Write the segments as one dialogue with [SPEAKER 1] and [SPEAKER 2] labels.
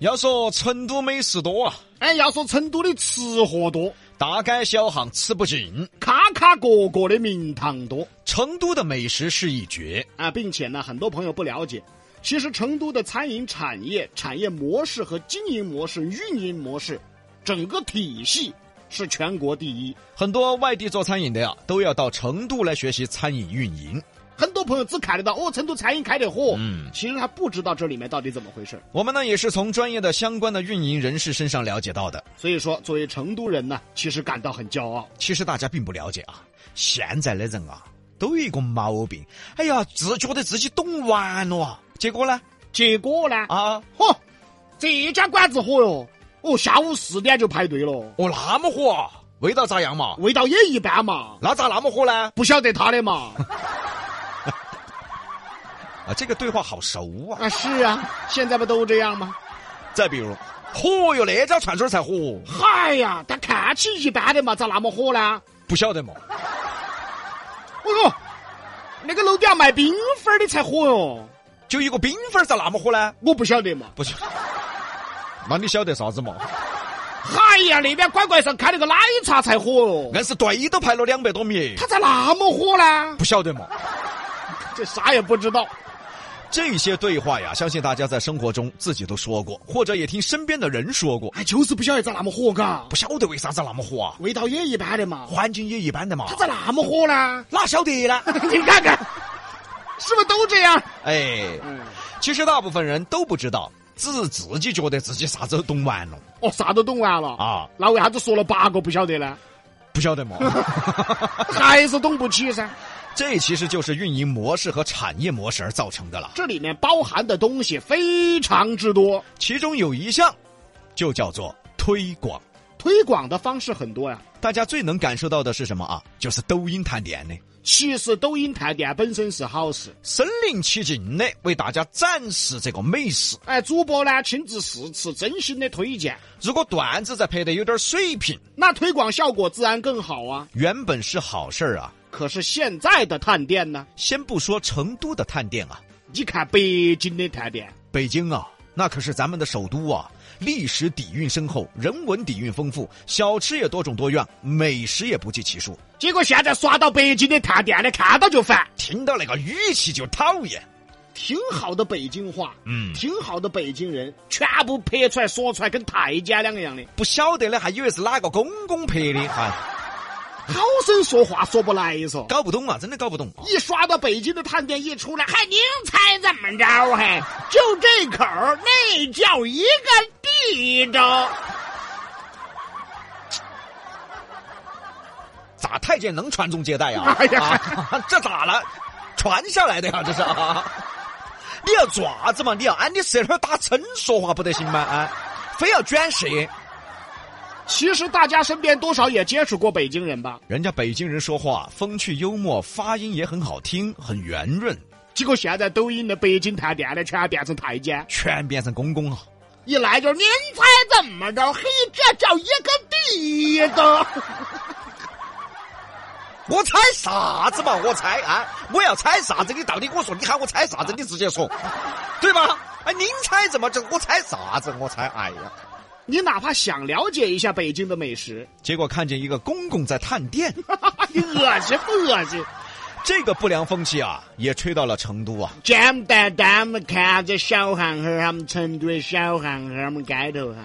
[SPEAKER 1] 要说成都美食多啊，
[SPEAKER 2] 哎，要说成都的吃喝多，
[SPEAKER 1] 大街小巷吃不尽。
[SPEAKER 2] 咔咔角角的名堂多
[SPEAKER 1] 成都的美食是一绝，
[SPEAKER 2] 啊，并且呢，很多朋友不了解，其实成都的餐饮产业、产业模式和经营模式、运营模式，整个体系是全国第一。
[SPEAKER 1] 很多外地做餐饮的呀、都要到成都来学习餐饮运营。
[SPEAKER 2] 很多朋友只看得到哦，成都餐饮开得火，
[SPEAKER 1] 嗯
[SPEAKER 2] 其实他不知道这里面到底怎么回事。
[SPEAKER 1] 我们呢也是从专业的相关的运营人士身上了解到的。
[SPEAKER 2] 所以说，作为成都人呢，其实感到很骄傲。
[SPEAKER 1] 其实大家并不了解啊，现在的人啊都有一个毛病，哎呀，自觉得自己懂完了啊，结果呢
[SPEAKER 2] 结果呢，
[SPEAKER 1] 啊，
[SPEAKER 2] 嚯、这家馆子火哟，哦，下午四点就排队了，
[SPEAKER 1] 哦那么火啊，味道咋样嘛？
[SPEAKER 2] 味道也一般嘛，
[SPEAKER 1] 那咋那么火呢？
[SPEAKER 2] 不晓得他的嘛。
[SPEAKER 1] 啊，这个对话好熟啊。
[SPEAKER 2] 啊，是啊，现在不都这样吗？
[SPEAKER 1] 再比如，嚯哟，那家串串儿才火，
[SPEAKER 2] 嗨呀，他看起一般的嘛，咋那么火呢？
[SPEAKER 1] 不晓得嘛？
[SPEAKER 2] 我说，那个楼底下卖冰粉儿的才火哟，
[SPEAKER 1] 就一个冰粉儿咋那么火呢？
[SPEAKER 2] 我不晓得嘛。
[SPEAKER 1] 不晓得，那你晓得啥子嘛？
[SPEAKER 2] 嗨呀，那边馆馆上开了个奶茶才火哟，
[SPEAKER 1] 硬是队都排了两百多米，
[SPEAKER 2] 他咋那么火呢？
[SPEAKER 1] 不晓得嘛？
[SPEAKER 2] 这啥也不知道。
[SPEAKER 1] 这些对话呀，相信大家在生活中自己都说过，或者也听身边的人说过。
[SPEAKER 2] 哎，就是不晓得咋那么火嘎，
[SPEAKER 1] 不晓得为啥子那么火啊？
[SPEAKER 2] 味道也一般的嘛，
[SPEAKER 1] 环境也一般的嘛
[SPEAKER 2] 他，咋那么火呢？
[SPEAKER 1] 哪晓得呢？
[SPEAKER 2] 你看看，是不是都这样？
[SPEAKER 1] 哎，
[SPEAKER 2] 嗯，
[SPEAKER 1] 其实大部分人都不知道，自自己觉得自己啥子都懂完了
[SPEAKER 2] 哦，啥都懂完了啊，
[SPEAKER 1] 啊，
[SPEAKER 2] 那为啥子说了八个不晓得呢？
[SPEAKER 1] 不晓得 嘛？
[SPEAKER 2] 还是懂不起噻。
[SPEAKER 1] 这其实就是运营模式和产业模式而造成的了。
[SPEAKER 2] 这里面包含的东西非常之多，
[SPEAKER 1] 其中有一项，就叫做推广。
[SPEAKER 2] 推广的方式很多呀。
[SPEAKER 1] 大家最能感受到的是什么啊？就是抖音探店呢，
[SPEAKER 2] 其实抖音探店本身是好事，
[SPEAKER 1] 身临其境的为大家展示这个美食。
[SPEAKER 2] 哎，主播呢亲自试吃，真心的推荐，
[SPEAKER 1] 如果段子再拍得有点水平，
[SPEAKER 2] 那推广效果自然更好啊。
[SPEAKER 1] 原本是好事儿啊。
[SPEAKER 2] 可是现在的探店呢，
[SPEAKER 1] 先不说成都的探店啊，
[SPEAKER 2] 你看北京的探店，
[SPEAKER 1] 北京啊，那可是咱们的首都啊，历史底蕴深厚，人文底蕴丰富，小吃也多种多样，美食也不计其数。
[SPEAKER 2] 结果现在刷到北京的探店的，看到就烦。
[SPEAKER 1] 听到那个语气就讨厌。
[SPEAKER 2] 挺好的北京话，
[SPEAKER 1] 嗯
[SPEAKER 2] 挺好的北京人，全部拍出来说出来跟太监两个样的，
[SPEAKER 1] 不晓得的还以为是哪个公公拍的，哎，
[SPEAKER 2] 好生说话说不来嗦。
[SPEAKER 1] 搞不懂啊，真的搞不懂、啊。
[SPEAKER 2] 一刷到北京的探店一出来，嗨，您猜怎么着？嘿，就这口儿，那叫一个地道。
[SPEAKER 1] 咋太监能传宗接代呀、啊？
[SPEAKER 2] 哎呀
[SPEAKER 1] 这咋了？传下来的呀、这是啊！ 你要做啥子嘛？你要按你舌头打撑说话不得行吗？啊，非要卷舌。
[SPEAKER 2] 其实大家身边多少也接触过北京人吧，
[SPEAKER 1] 人家北京人说话风趣幽默，发音也很好听，很圆润，
[SPEAKER 2] 结果现在抖音的北京探店的全变成太监，
[SPEAKER 1] 全变成公公啊了。
[SPEAKER 2] 一来就是您猜怎么着？嘿，这叫一个地道。
[SPEAKER 1] 我猜啥子嘛？我猜啊！我要猜啥子？你到底跟我说，你喊我猜啥子？你直接说，对吧？哎，您猜怎么这？我猜啥子？我猜，哎呀！
[SPEAKER 2] 你哪怕想了解一下北京的美食，
[SPEAKER 1] 结果看见一个公公在探店，
[SPEAKER 2] 你恶心不恶心？
[SPEAKER 1] 这个不良风气啊，也吹到了成都啊。
[SPEAKER 2] 简单单们看着小巷巷儿，他们成都的小巷巷儿，我们街头哈。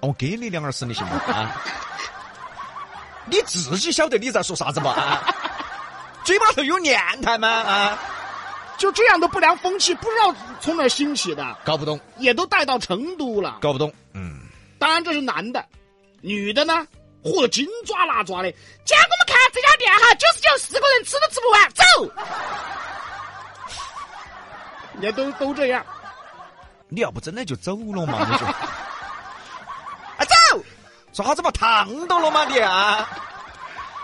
[SPEAKER 1] 我哦给你两耳屎，你行吗？ 啊，你自己晓得你在说啥子吧？啊，嘴巴头有念台吗？啊，
[SPEAKER 2] 就这样的不良风气，不知道从哪儿兴起的，
[SPEAKER 1] 搞不懂，
[SPEAKER 2] 也都带到成都了。
[SPEAKER 1] 搞不懂。嗯，
[SPEAKER 2] 当然这是男的，女的呢，嚯，金抓蜡抓的。姐，我们看这家店哈，九十九四个人吃都吃不完，走。也都都这样，
[SPEAKER 1] 你要不真的就走了嘛？你就
[SPEAKER 2] 啊走。
[SPEAKER 1] 说啥子嘛？烫到了嘛你啊？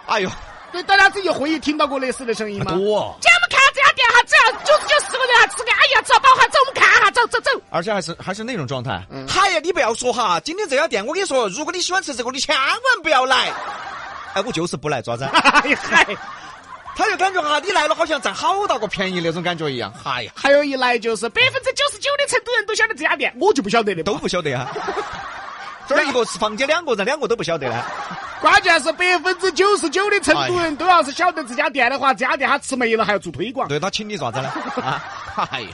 [SPEAKER 1] 哎呦，
[SPEAKER 2] 对，大家自己回忆听到过类似的声音吗？
[SPEAKER 1] 多，
[SPEAKER 2] 姐，我们看这家店哈，只要九十九四个人哈，吃个哎呀，吃饱哈，走，我们看哈，走走 走。
[SPEAKER 1] 而且还是还是那种状态。
[SPEAKER 2] 嗯
[SPEAKER 1] 嗨呀，你不要说哈，今天这家店，我跟你说，如果你喜欢吃这个，你千万不要来。哎，我就是不来，咋子？
[SPEAKER 2] 哎嗨，
[SPEAKER 1] 他就感觉哈、啊，你来了好像占好大个便宜那种感觉一样。哎呀，
[SPEAKER 2] 还有一来就是百分之九十九的成都人都晓得这家店，我就不晓得的。
[SPEAKER 1] 都不晓得啊。 这儿一个是房间两个人，两个都不晓得呢。
[SPEAKER 2] 关键是百分之九十九的成都人都要是晓得这家店的话，这家店他吃没了还要做推 广。
[SPEAKER 1] 对他请你啥子 呢？啊，哎呀，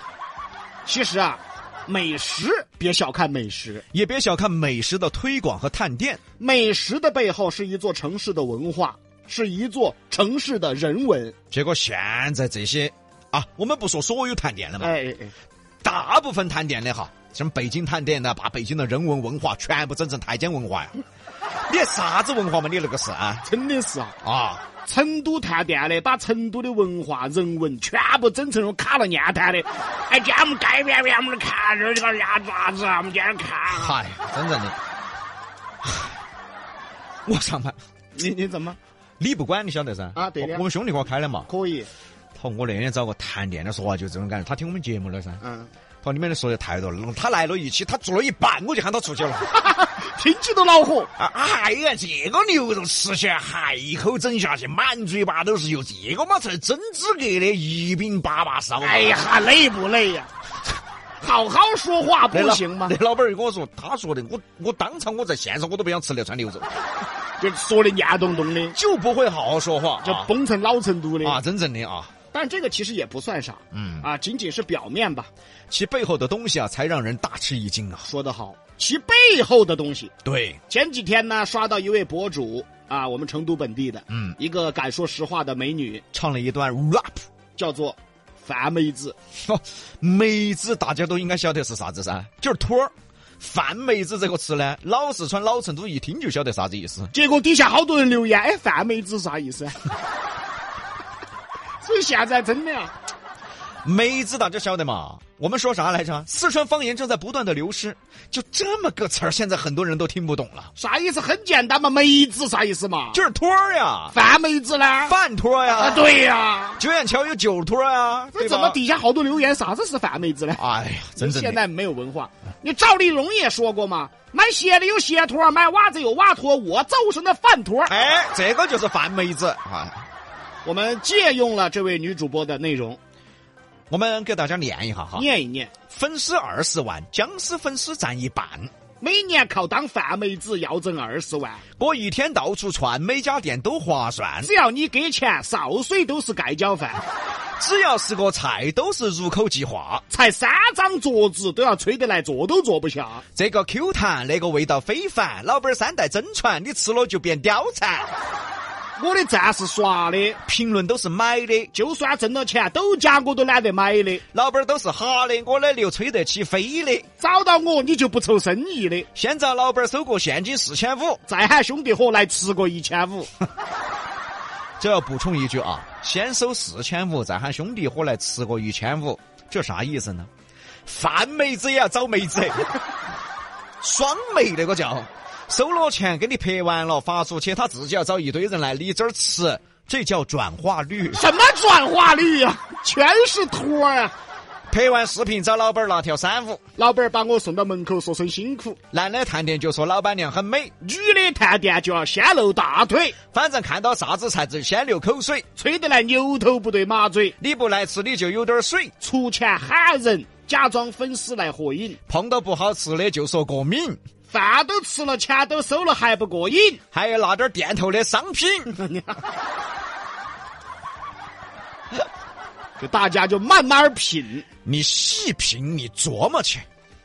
[SPEAKER 2] 其实啊，美食别小看美食，
[SPEAKER 1] 也别小看美食的推广和探店。
[SPEAKER 2] 美食的背后是一座城市的文化，是一座城市的人文。
[SPEAKER 1] 结果现在这些啊，我们不说所有探店了嘛，
[SPEAKER 2] 哎哎哎，
[SPEAKER 1] 大部分探店的哈，什么北京探店的，把北京的人文文化全部整成太监文化 呀。你啥子文化嘛？你那个是啊
[SPEAKER 2] 真的是啊，
[SPEAKER 1] 啊！
[SPEAKER 2] 成都探店的把成都的文化人文全部整成那种卡了烟摊的。哎，今天我们该边边我们看这儿这个鸭爪子啊，我们今天看。
[SPEAKER 1] 嗨，真正的，我上班
[SPEAKER 2] 你你怎么
[SPEAKER 1] 你不管，你晓得噻？
[SPEAKER 2] 啊对的
[SPEAKER 1] 我我们兄弟给我开的嘛。
[SPEAKER 2] 可以？
[SPEAKER 1] 他说我那天找个谈恋的说话就这种感觉，他听我们节目了噻。
[SPEAKER 2] 嗯，
[SPEAKER 1] 他说你们的说的太多了，他来了一期，他做了一半，我就喊他出去了。
[SPEAKER 2] 听起都恼火。
[SPEAKER 1] 啊哎呀，这个牛肉吃起来，还一口整下去，满嘴巴都是油，这个嘛才真资格的一饼八八烧。
[SPEAKER 2] 哎呀，，还累不累呀、 好好说话不行吗
[SPEAKER 1] 那？老板儿跟我说，他说的，我我当场我在现场我都不想吃那串牛肉，
[SPEAKER 2] 就说的黏咚咚的，
[SPEAKER 1] 就不会好好说话，
[SPEAKER 2] 就崩成老成都的。
[SPEAKER 1] 啊啊啊，真正的啊，
[SPEAKER 2] 但这个其实也不算啥，
[SPEAKER 1] 嗯
[SPEAKER 2] 啊，仅仅是表面吧。
[SPEAKER 1] 其背后的东西啊，才让人大吃一惊啊。
[SPEAKER 2] 说得好，其背后的东西。
[SPEAKER 1] 对，
[SPEAKER 2] 前几天呢，刷到一位博主啊，我们成都本地的，
[SPEAKER 1] 嗯，
[SPEAKER 2] 一个敢说实话的美女，
[SPEAKER 1] 唱了一段 rap，
[SPEAKER 2] 叫做樊妹子。
[SPEAKER 1] 哦，梅子大家都应该晓得是啥子噻，就是托儿。饭梅子这个词呢，老四川、老成都一听就晓得啥子意思。
[SPEAKER 2] 结果底下好多人留言，哎，樊妹子啥意思啊？ 所以现在真的啊，
[SPEAKER 1] 梅子大家晓得嘛？我们说啥来着？四川方言正在不断的流失，就这么个词儿，现在很多人都听不懂了。
[SPEAKER 2] 啥意思？很简单嘛，妹子啥意思嘛？
[SPEAKER 1] 就是托儿呀，
[SPEAKER 2] 樊妹子呢？
[SPEAKER 1] 饭托儿
[SPEAKER 2] 啊，
[SPEAKER 1] 呀，
[SPEAKER 2] 对呀、
[SPEAKER 1] 九眼桥有酒托儿呀，
[SPEAKER 2] 这
[SPEAKER 1] 对吧
[SPEAKER 2] 怎么？底下好多留言，啥子是樊妹子呢？
[SPEAKER 1] 哎呀，真正
[SPEAKER 2] 现
[SPEAKER 1] 的
[SPEAKER 2] 在没有文化。你赵丽蓉也说过嘛，买鞋的有鞋托，买袜子有袜托，我就是那饭托。
[SPEAKER 1] 哎，这个就是饭梅子啊！
[SPEAKER 2] 我们借用了这位女主播的内容，
[SPEAKER 1] 我们给大家念一下哈，
[SPEAKER 2] 念一念。
[SPEAKER 1] 粉丝二十万，僵尸粉丝占一半。
[SPEAKER 2] 每年靠当饭妹子要挣二十万，
[SPEAKER 1] 我一天到处窜，每家店都划算，
[SPEAKER 2] 只要你给钱，潲水都是盖浇饭，
[SPEAKER 1] 只要是个菜都是入口即化。
[SPEAKER 2] 才三张桌子都要吹得来，坐都坐不下。
[SPEAKER 1] 这个 Q 弹，那个味道非凡，老板儿三代真传，你吃了就变貂蝉。
[SPEAKER 2] 我的赞是刷的，
[SPEAKER 1] 评论都是买的，
[SPEAKER 2] 就算挣了钱，抖加我都懒得买的。
[SPEAKER 1] 老板儿都是哈的，我的牛吹得起飞的。
[SPEAKER 2] 找到我你就不愁生意的，
[SPEAKER 1] 现在老板儿收过现金四千五，
[SPEAKER 2] 再喊兄弟伙来吃个一千五。
[SPEAKER 1] 这要补充一句啊，先收四千五，再喊兄弟伙来吃个一千五，这啥意思呢？饭妹子也要找妹子，双妹那个叫，收了钱给你拍完了发出去，他自己要找一堆人来你这儿吃，这叫转化率。
[SPEAKER 2] 什么转化率呀、 全是托儿啊！
[SPEAKER 1] 拍完视频找老板儿拿条三五，
[SPEAKER 2] 老板儿把我送到门口，说声辛苦。
[SPEAKER 1] 男的探店就说老板娘很美，
[SPEAKER 2] 女的探店就要先露大腿，
[SPEAKER 1] 反正看到啥子菜就先流口水，
[SPEAKER 2] 吹得来牛头不对马嘴，
[SPEAKER 1] 你不来吃你就有点儿水，
[SPEAKER 2] 出钱喊人，假装粉丝来合影，
[SPEAKER 1] 碰到不好吃的就说过敏，
[SPEAKER 2] 饭都吃了，钱都收了，还不过瘾。
[SPEAKER 1] 还要拿点儿店头的商品。
[SPEAKER 2] 就大家就慢慢品。
[SPEAKER 1] 你细品，你琢磨去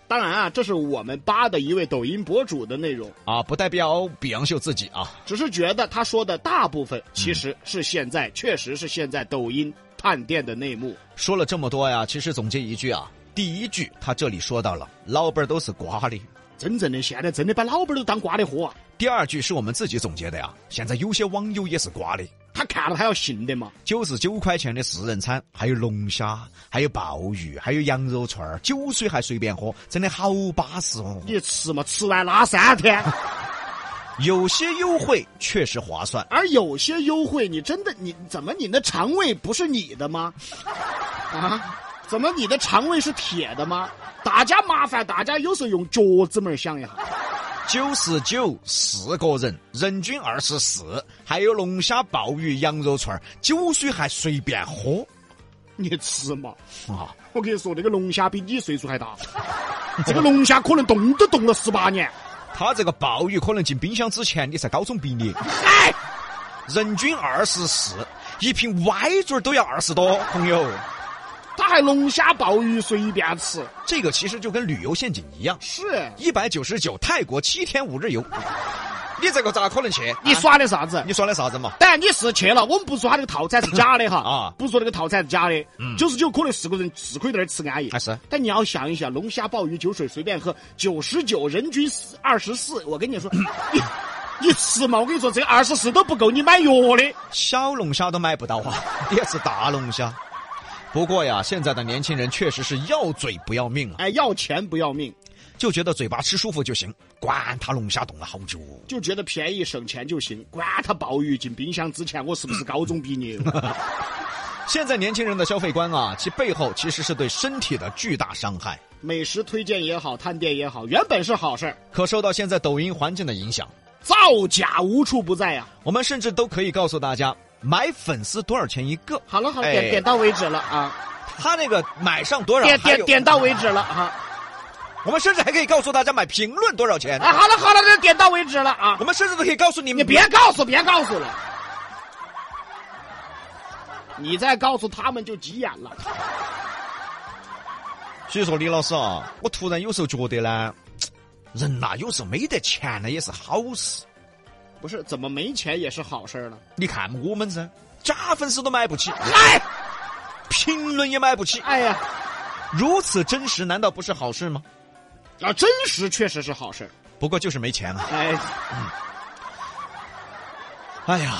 [SPEAKER 2] 当然啊，这是我们吧的一位抖音博主的内容，
[SPEAKER 1] 啊！不代表比洋秀自己啊。
[SPEAKER 2] 只是觉得他说的大部分其实是现在，确实是现在抖音探店的内幕。
[SPEAKER 1] 说了这么多呀，其实总结一句啊，第一句他这里说到了，老板儿都是瓜的。
[SPEAKER 2] 真正的现在真的把老板儿都当瓜的喝啊！
[SPEAKER 1] 第二句是我们自己总结的呀，现在有些网友也是瓜的。
[SPEAKER 2] 他看了他要信的嘛。
[SPEAKER 1] 九十九块钱的四人餐，还有龙虾，还有鲍鱼，还有羊肉串儿，酒水还随便喝，真的好巴适哦。
[SPEAKER 2] 你吃嘛，吃完拉三天。
[SPEAKER 1] 有些优惠确实划算，
[SPEAKER 2] 而有些优惠，你真的你怎么你的肠胃不是你的吗？啊，怎么你的肠胃是铁的吗？大家麻烦大家有时候用脚趾门儿想一下，
[SPEAKER 1] 九十九四个人，人均二十四，还有龙虾、鲍鱼、羊肉串儿，酒水还随便喝
[SPEAKER 2] 你吃嘛？
[SPEAKER 1] 啊！
[SPEAKER 2] 我跟你说，那个龙虾比你岁数还大，这个龙虾可能冻都冻了十八年。
[SPEAKER 1] 他这个鲍鱼可能进冰箱之前你才高中毕业，
[SPEAKER 2] 哎，
[SPEAKER 1] 人均二十四，一瓶歪嘴儿都要二十多，朋友，
[SPEAKER 2] 他还龙虾鲍鱼随便吃，
[SPEAKER 1] 这个其实就跟旅游陷阱一样，
[SPEAKER 2] 是
[SPEAKER 1] 一百九十九泰国七天五日游，你这个咋可能去？啊
[SPEAKER 2] 你耍的啥子？
[SPEAKER 1] 你耍的啥子嘛？
[SPEAKER 2] 当然你是去了，我们不说他那个套餐是假的哈，
[SPEAKER 1] 啊
[SPEAKER 2] 啊， 不说那个套餐是 假的，九十九可能四个人是可以在那儿吃安逸
[SPEAKER 1] 啊，是
[SPEAKER 2] 但你要想一想，龙虾、鲍鱼、酒水随便喝，九十九人均二十四，我跟你说，你你吃嘛，我跟你说，这二十四都不够你买药的。
[SPEAKER 1] 小龙虾都买不到 啊，你要吃大龙虾。不过呀，现在的年轻人确实是要嘴不要命啊，
[SPEAKER 2] 哎，要钱不要命，
[SPEAKER 1] 就觉得嘴巴吃舒服就行，管他龙虾冻了好久。
[SPEAKER 2] 就觉得便宜省钱就行，管他鲍鱼进冰箱之前我是不是高中毕业？
[SPEAKER 1] 现在年轻人的消费观啊，其背后其实是对身体的巨大伤害。
[SPEAKER 2] 美食推荐也好，探店也好，原本是好事儿，
[SPEAKER 1] 可受到现在抖音环境的影响，
[SPEAKER 2] 造假无处不在呀、啊
[SPEAKER 1] 我们甚至都可以告诉大家，买粉丝多少钱一个？
[SPEAKER 2] 好了好了，
[SPEAKER 1] 哎
[SPEAKER 2] 点点到为止了啊，
[SPEAKER 1] 他那个买上多少？
[SPEAKER 2] 点
[SPEAKER 1] 还
[SPEAKER 2] 点
[SPEAKER 1] 有
[SPEAKER 2] 点到为止了啊
[SPEAKER 1] 我们甚至还可以告诉大家买评论多少钱。
[SPEAKER 2] 啊，好了好了，这点到为止了啊
[SPEAKER 1] 我，们甚至都可以告诉你，
[SPEAKER 2] 你别告诉别告诉了，你再告诉他们就急眼了。
[SPEAKER 1] 所以说，李老师啊，我突然有时候觉得呢，人呐、有时候没得钱呢也是好事。
[SPEAKER 2] 不是怎么没钱也是好事儿呢？
[SPEAKER 1] 你看我们噻，假粉丝都买不起，
[SPEAKER 2] 哎
[SPEAKER 1] 评论也买不起，
[SPEAKER 2] 哎呀，
[SPEAKER 1] 如此真实，难道不是好事吗？
[SPEAKER 2] 啊，真实确实是好事儿。
[SPEAKER 1] 不过就是没钱啊。
[SPEAKER 2] 哎，
[SPEAKER 1] 哎呀，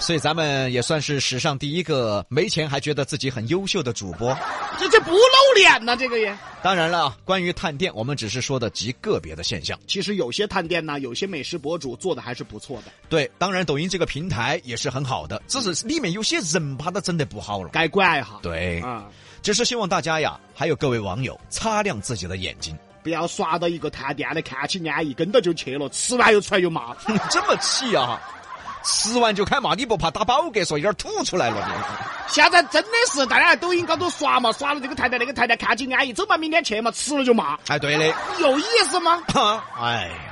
[SPEAKER 1] 所以咱们也算是史上第一个没钱还觉得自己很优秀的主播。
[SPEAKER 2] 这这不露脸呢、这个也。
[SPEAKER 1] 当然了啊，关于探店，我们只是说的极个别的现象。
[SPEAKER 2] 其实有些探店呢，有些美食博主做的还是不错的，
[SPEAKER 1] 对，当然抖音这个平台也是很好的，只是里面有些人把它整得不好了。
[SPEAKER 2] 该怪哈。
[SPEAKER 1] 对，
[SPEAKER 2] 啊，
[SPEAKER 1] 只是希望大家呀，还有各位网友，擦亮自己的眼睛。
[SPEAKER 2] 不要刷到一个探店的看起安逸，跟到就去了，吃完又出来又骂。
[SPEAKER 1] 这么气啊！吃完就开骂，你不怕打饱嗝说有点吐出来了？
[SPEAKER 2] 现在真的是大家在抖音高头刷嘛，刷了这个探店那个探店看起安逸，走吧，明天去嘛，吃了就骂，
[SPEAKER 1] 你？哎，对的，
[SPEAKER 2] 有意思吗？
[SPEAKER 1] 哎。